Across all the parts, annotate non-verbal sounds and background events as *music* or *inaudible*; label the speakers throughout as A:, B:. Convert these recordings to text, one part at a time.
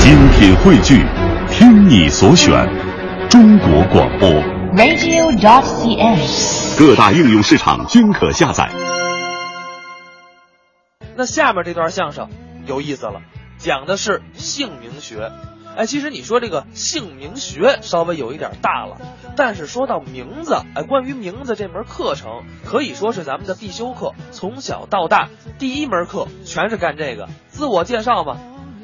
A: 精品汇聚，听你所选，中国广播。
B: radio.cn。
A: 各大应用市场均可下载。
C: 那下面这段相声有意思了，讲的是姓名学。哎，其实你说这个姓名学稍微有一点大了，但是说到名字，哎，关于名字这门课程可以说是咱们的必修课，从小到大第一门课全是干这个自我介绍嘛。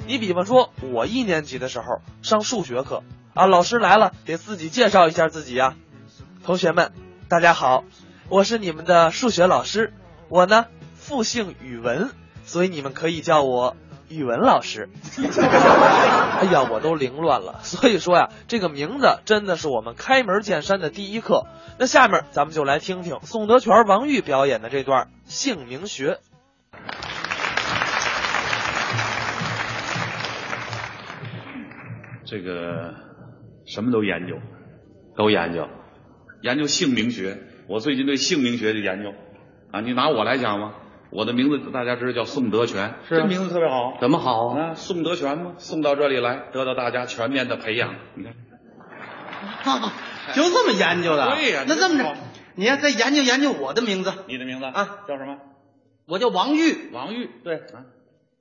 C: 你比方说，我一年级的时候上数学课啊，老师来了得自己介绍一下自己呀、同学们，大家好，我是你们的数学老师，我呢复姓语文，所以你们可以叫我语文老师。 *laughs* 哎呀，我都凌乱了。所以说呀，这个名字真的是我们开门见山的第一课。那下面咱们就来听听宋德全、王玉表演的这段姓名学。
D: 这个什么都研究，
E: 都研究。
D: 研究姓名学。我最近对姓名学的研究啊，你拿我来讲吧。我的名字大家知道叫宋德全，
E: 是啊
D: 这名字特别好。
E: 怎么好啊？
D: 啊，宋德全嘛，送到这里来，得到大家全面的培养。你看，
F: 就这么研究的？
D: 对呀
F: 那这么
D: 你
F: 着
D: 这，
F: 你要再研究研究我的名字，
D: 你的名字
F: 啊
D: 叫什么？
F: 我叫王玉，
D: 王玉。对啊，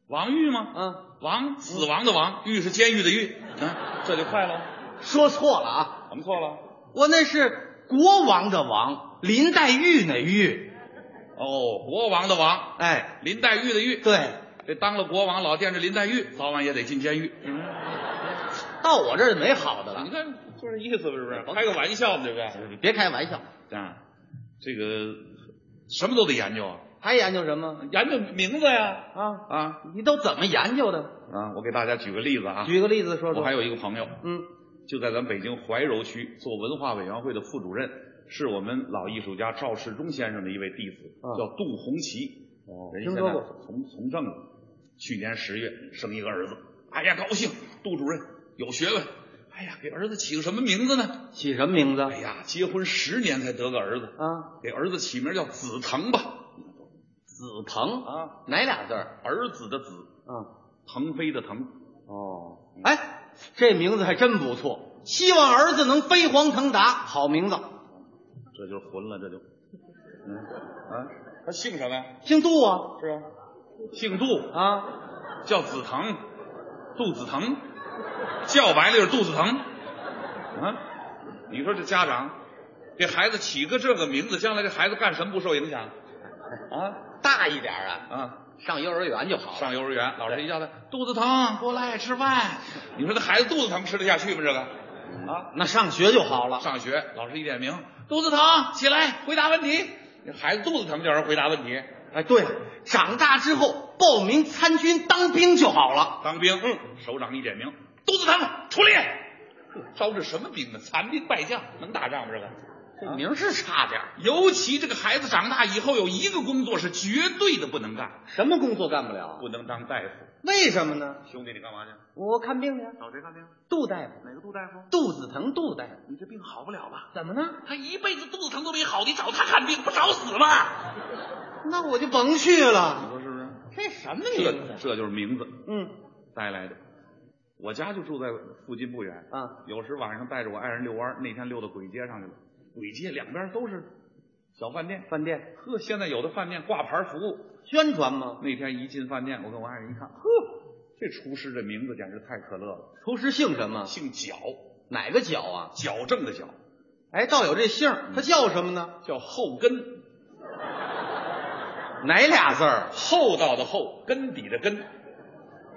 D: 王玉吗？
F: 嗯，
D: 王死亡的王，玉是监狱的狱。啊，这就快了。
F: 说错了啊，
D: 怎么错了？
F: 我那是国王的王，林黛玉那玉，
D: 哦，国王的王，
F: 哎，
D: 林黛玉的玉。
F: 对，
D: 这当了国王，老惦着林黛玉，早晚也得进监狱。嗯，
F: 到我这儿就没好的
D: 你
F: 了，
D: 看就这意思，是不是？开个玩笑嘛，对不对？
F: 别开玩笑，
D: 啊，这个什么都得研究啊，
F: 还研究什么
D: 研究名字呀，
F: 啊？
D: 啊
F: 你都怎么研究的？
D: 啊！我给大家举个例子啊，
F: 举个例子说
D: 我
F: 说
D: 还。有一个朋友，
F: 嗯，
D: 就在咱北京怀柔区做文化委员会的副主任，是我们老艺术家赵世忠先生的一位弟子，
F: 啊
D: 叫杜红旗。哦人家
F: 听
D: 现
F: 说
D: 在
F: 过
D: 从从政了，去年十月生一个儿子，哎呀高兴，杜主任有学问，哎呀给儿子起个什么名字呢？
F: 起什么名字
D: 哎呀，结婚十年才得个儿子，
F: 啊？
D: 给儿子起名叫紫藤吧，
F: 紫藤，
D: 啊，
F: 哪俩字儿？
D: 儿子的子，啊
F: 嗯，
D: 腾飞的腾。
F: 哦，哎，这名字还真不错，希望儿子能飞黄腾达，好名字。
D: 这就是混了，这就，嗯啊，他姓什么呀？
F: 姓杜啊
D: 是啊，姓杜，
F: 啊，
D: 叫紫藤，杜紫藤，叫白了就是杜紫藤，啊，你说这家长给孩子起个这个名字，将来这孩子干什么不受影响？啊
F: 大一点啊，
D: 啊，
F: 上幼儿园就好了。
D: 上幼儿园，老师一叫他肚子疼，过来吃饭，你说这孩子肚子疼吃得下去吗？这个啊，
F: 那上学就好了。
D: 上学老师一点名，肚子疼，起来回答问题，这孩子肚子疼叫人回答问题。
F: 哎，对了，长大之后报名参军当兵就好了。
D: 当兵，嗯，首长一点名，肚子疼，出列。招这什么兵啊？残兵败将，能打仗吗？这个，
F: 这名儿是差点儿，
D: 尤其这个孩子长大以后有一个工作是绝对的不能干，
F: 什么工作干不了？啊
D: 不能当大夫。
F: 为什么呢？
D: 兄弟，你干嘛去？
F: 我看病去，
D: 找谁看病？
F: 杜大夫，
D: 哪个杜大夫？
F: 肚子疼，杜大夫，
D: 你这病好不了吧？
F: 怎么呢？
D: 他一辈子肚子疼都没好，你找他看病不找死吗？
F: 那我就甭去
D: 你
F: 了。
D: 说是不是？
F: 这什么名
D: 这
F: 字？
D: 这就是名字
F: 嗯
D: 带来的。我家就住在附近不远，
F: 啊，
D: 有时晚上带着我爱人遛弯儿，那天溜到簋街上去了。簋街两边都是小饭店，
F: 饭店
D: 呵，现在有的饭店挂牌服务。
F: 宣传吗？
D: 那天一进饭店，我跟我爱人一看，呵，这厨师这名字简直太可乐了，
F: 厨师姓什么？
D: 姓矫，
F: 哪个角啊？
D: 矫正的矫，
F: 哎，倒有这姓儿，他叫什么呢？
D: 叫后跟，
F: 哪俩字儿？
D: 厚道的厚，根底的根。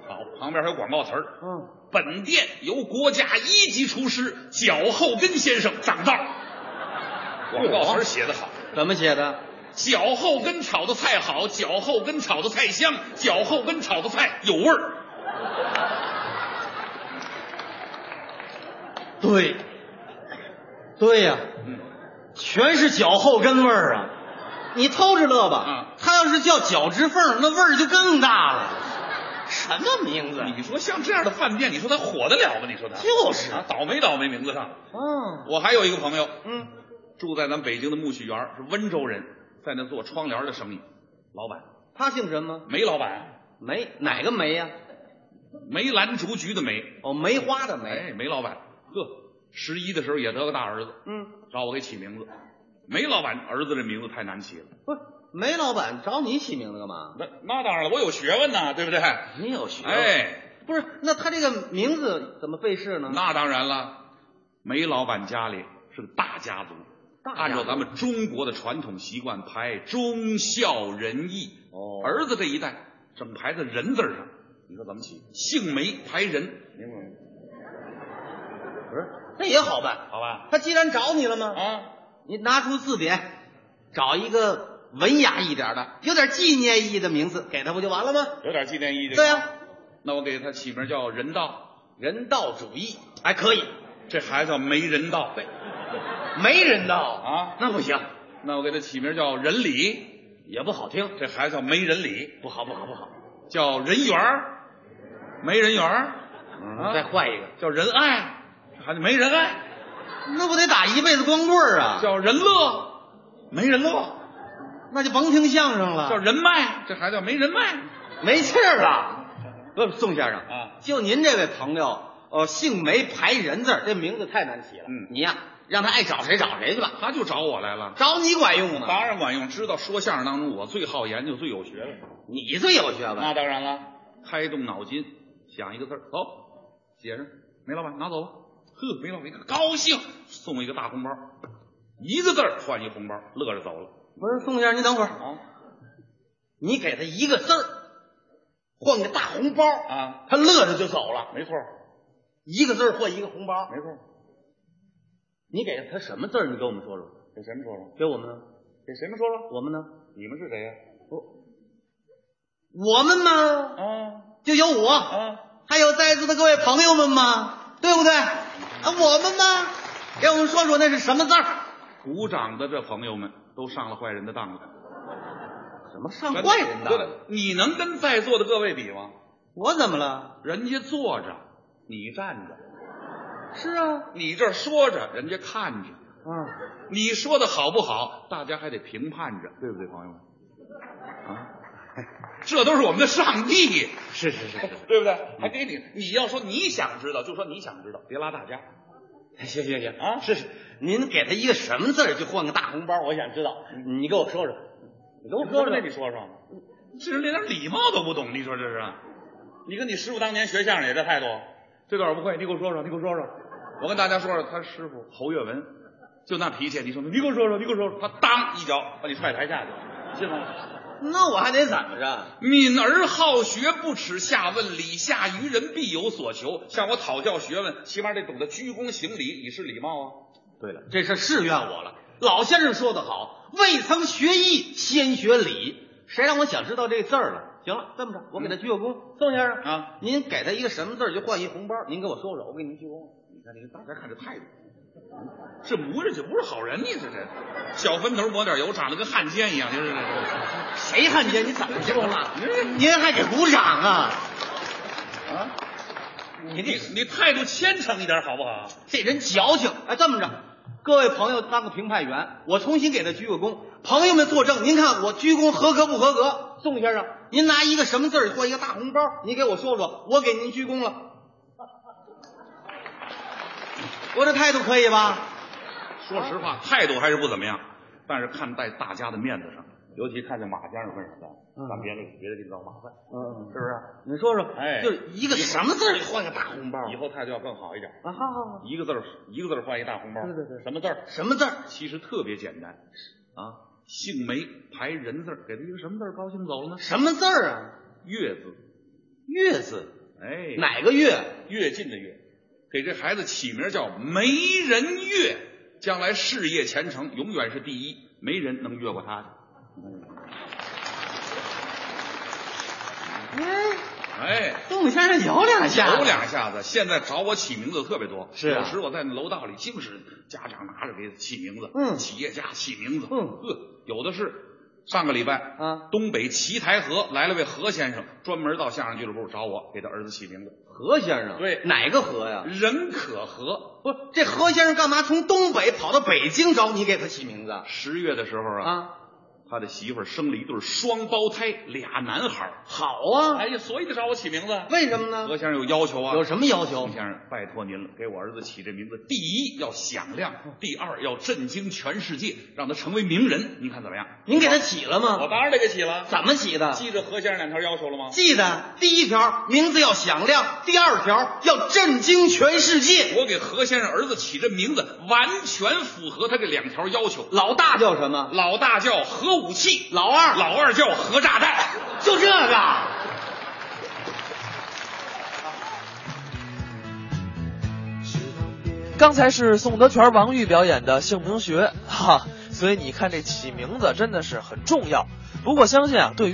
D: 好，旁边还有广告词儿，
F: 嗯，
D: 本店由国家一级厨师绞后跟先生掌造。广告词儿写得好。
F: 怎么写的？
D: 脚后跟炒的菜好，脚后跟炒的菜香，脚后跟炒的菜有味儿。
F: 对，对呀、
D: 嗯，
F: 全是脚后跟味儿啊！你偷着乐吧，
D: 嗯
F: 他要是叫脚趾缝，那味儿就更大了。什么名字啊
D: 你说像这样的饭店，你说他火得了吗？你说他
F: 就是
D: 啊，倒霉倒霉名字上。
F: 嗯
D: 我还有一个朋友
F: 嗯，
D: 住在咱北京的苜蓿园儿，是温州人，在那做窗帘的生意，老板
F: 他姓什么？
D: 梅老板，
F: 梅，哪个梅呀、
D: 梅兰竹菊的梅，
F: 哦，梅花的梅，
D: 哎，梅老板，呵，十一的时候也得个大儿子，
F: 嗯，
D: 找我给起名字。梅老板儿子这名字太难起了，
F: 不是梅老板找你起名字干嘛？
D: 那那当然了，我有学问呐，对不对？
F: 你有学问，
D: 哎，
F: 不是？那他这个名字怎么费事呢？
D: 那当然了，梅老板家里是个大家族，
F: 大
D: 按
F: 家
D: 照
F: 族
D: 咱们中国的传统习惯排忠孝仁义，
F: 哦
D: 儿子这一代整排在仁字儿上，你说怎么起？姓梅排仁，明白吗？
F: 不是，那也好办。
D: 好吧，
F: 他既然找你了吗？
D: 啊，
F: 你拿出字典，找一个文雅一点的，有点纪念意义的名字，给他不就完了吗？
D: 有点纪念意义。
F: 对呀、啊
D: 那我给他起名叫人道，
F: 人道主义还可以，
D: 这孩子叫没人道。对，
F: 没人道
D: 啊
F: 那不行，
D: 那我给他起名叫仁礼，
F: 也不好听，
D: 这孩子叫没人礼，
F: 不好不好不好。
D: 叫人缘儿，没人缘儿，啊
F: 再换一个，
D: 叫仁爱，这孩子没人爱，
F: 那不得打一辈子光棍儿啊？
D: 叫人乐，没人乐，
F: 那就甭听相声了，
D: 叫人脉，这孩子叫没人脉。
F: 没气
D: *laughs*
F: 儿了。不，宋先生
D: 啊
F: 就您这位朋友，哦，姓梅排人字儿，这名字太难起了。
D: 嗯
F: 你呀，让他爱找谁找谁去吧，
D: 他就找我来了，
F: 找你管用吗？
D: 当然管用。知道说相声当中我最好研究、最有学问，
F: 你最有学
D: 当
F: 问，
D: 然了，开动脑筋想一个字儿，走，写上。梅老板拿走吧。呵，梅老板一看高兴，送我一个大红包，一个字儿换一红包，乐着走了。
F: 不是宋先生，您等会儿，
D: 啊
F: 你给他一个字儿，换个大红包，
D: 啊，
F: 他乐着就走了。
D: 没错儿，
F: 一个字儿换一个红包，
D: 没错儿。
F: 你给他什么字儿？你给我们说说，
D: 给谁们说说？
F: 给我们呢？
D: 给谁们说说？
F: 我们呢？
D: 你们是谁呀、
F: 我们嘛，
D: 啊
F: 就有我，
D: 啊，
F: 还有在座的各位朋友们嘛，对不对？啊，我们嘛，给我们说说那是什么字儿？
D: 鼓掌的这朋友们都上了坏人的当了，
F: 什么上
D: 对了，你能跟在座的各位比吗？
F: 我怎么了？
D: 人家坐着，你站着；
F: 是啊，
D: 你这儿说着，人家看着。
F: 啊，
D: 你说的好不好，大家还得评判着，对不对，朋友们？啊，这都是我们的上帝，
F: 是是是是，
D: *laughs* 对不对？还给你，你要说你想知道，就说你想知道，别拉大家。
F: 行行行
D: 啊
F: 是是，您给他一个什么字儿就换个大红包，我想知道，你给我说说，你给我说说
D: 那，你说说，这人连点礼貌都不懂，你说这是？你跟你师傅当年学相声也这态度，这倒是不会。你给我说说，你给我说说。我跟大家说说，他师傅侯月文就那脾气，你说你给我说说，你给我说说，他当一脚把你踹台下去，信吗？
F: 那我还得怎么着？
D: 敏而好学，不耻下问，礼下于人，必有所求。向我讨教学问，起码得懂得鞠躬行礼，以示礼貌啊。
F: 对了，这事是怨我了。老先生说得好，未曾学艺先学礼，谁让我想知道这字儿了？行了，这么着，我给他鞠个躬，宋先生
D: 啊，
F: 您给他一个什么字儿就换一红包，您给我说说，我给您鞠躬。
D: 你看，你看，大家看这态度，这不是这不是好人，你这这小分头抹点油，长得跟汉奸一样，就是这这
F: 谁汉奸？你怎么说了？ *laughs* 您还给鼓掌啊？
D: 啊！
F: 你
D: 你
F: 这
D: 你态度虔诚一点好不好？
F: 这人矫情。哎，这么着，各位朋友当个评判员，我重新给他鞠个躬。朋友们作证，您看我鞠躬合格不合格？宋先生，您拿一个什么字儿换一个大红包？您给我说说，我给您鞠躬了。我这态度可以吧？
D: 说实话，态度还是不怎么样，但是看在大家的面子上，尤其看见马先生跟什么，咱别给别的地方找麻烦，
F: 嗯，
D: 是不是？
F: 你说说，
D: 哎
F: 就是一个什么字儿换个大红包？
D: 以后态度要更好一点。
F: 啊，好好好，
D: 一个字儿一个字儿换一大红包。
F: 对对对
D: 什么字儿？
F: 什么字儿？
D: 其实特别简单啊，姓梅排人字儿，给他一个什么字儿高兴走了呢？
F: 什么字儿啊？
D: 月字，
F: 月字，
D: 哎，
F: 哪个月？
D: 跃进的跃，给这孩子起名叫梅人月，将来事业前程永远是第一，没人能越过他去。
F: 哎，
D: 哎。
F: 宋先生有两下，
D: 有两下子，现在找我起名字特别多。
F: 是啊
D: 有时我在那楼道里，竟是家长拿着给起名字，
F: 嗯
D: 企业家起名字，
F: 嗯
D: 呵，有的是。上个礼拜
F: 啊，
D: 东北齐台河来了位何先生，专门到相声俱乐部找我，给他儿子起名字，
F: 何先生，
D: 对
F: 哪个何呀？
D: 任可和。
F: 啊不是，这何先生干嘛从东北跑到北京找你给他起名字？
D: 十月的时候啊，
F: 啊，
D: 他他这媳妇儿生了一对双胞胎，俩男孩儿。
F: 好啊
D: 哎，呀，所以就找我起名字。
F: 为什么呢
D: 何？先生有要求啊？
F: 有什么要求
D: 宋？先生，拜托您了，给我儿子起这名字，第一要响亮，第二要震惊全世界，让他成为名人。您看怎么样？
F: 您给他起了
D: 我
F: 吗？
D: 当然得给起了。
F: 怎么起的？
D: 记着何先生两条要求了吗？
F: 记得第一条名字要响亮，第二条要震惊全世界。
D: 我给何先生儿子起这名字，完全符合他这两条要求。
F: 老大叫什么？
D: 老大叫核武器，
F: 老二
D: 老二叫核炸弹。
F: 就这个。
C: 刚才是宋德全、王玉表演的姓名学，哈、所以你看这起名字真的是很重要。不过相信啊，对于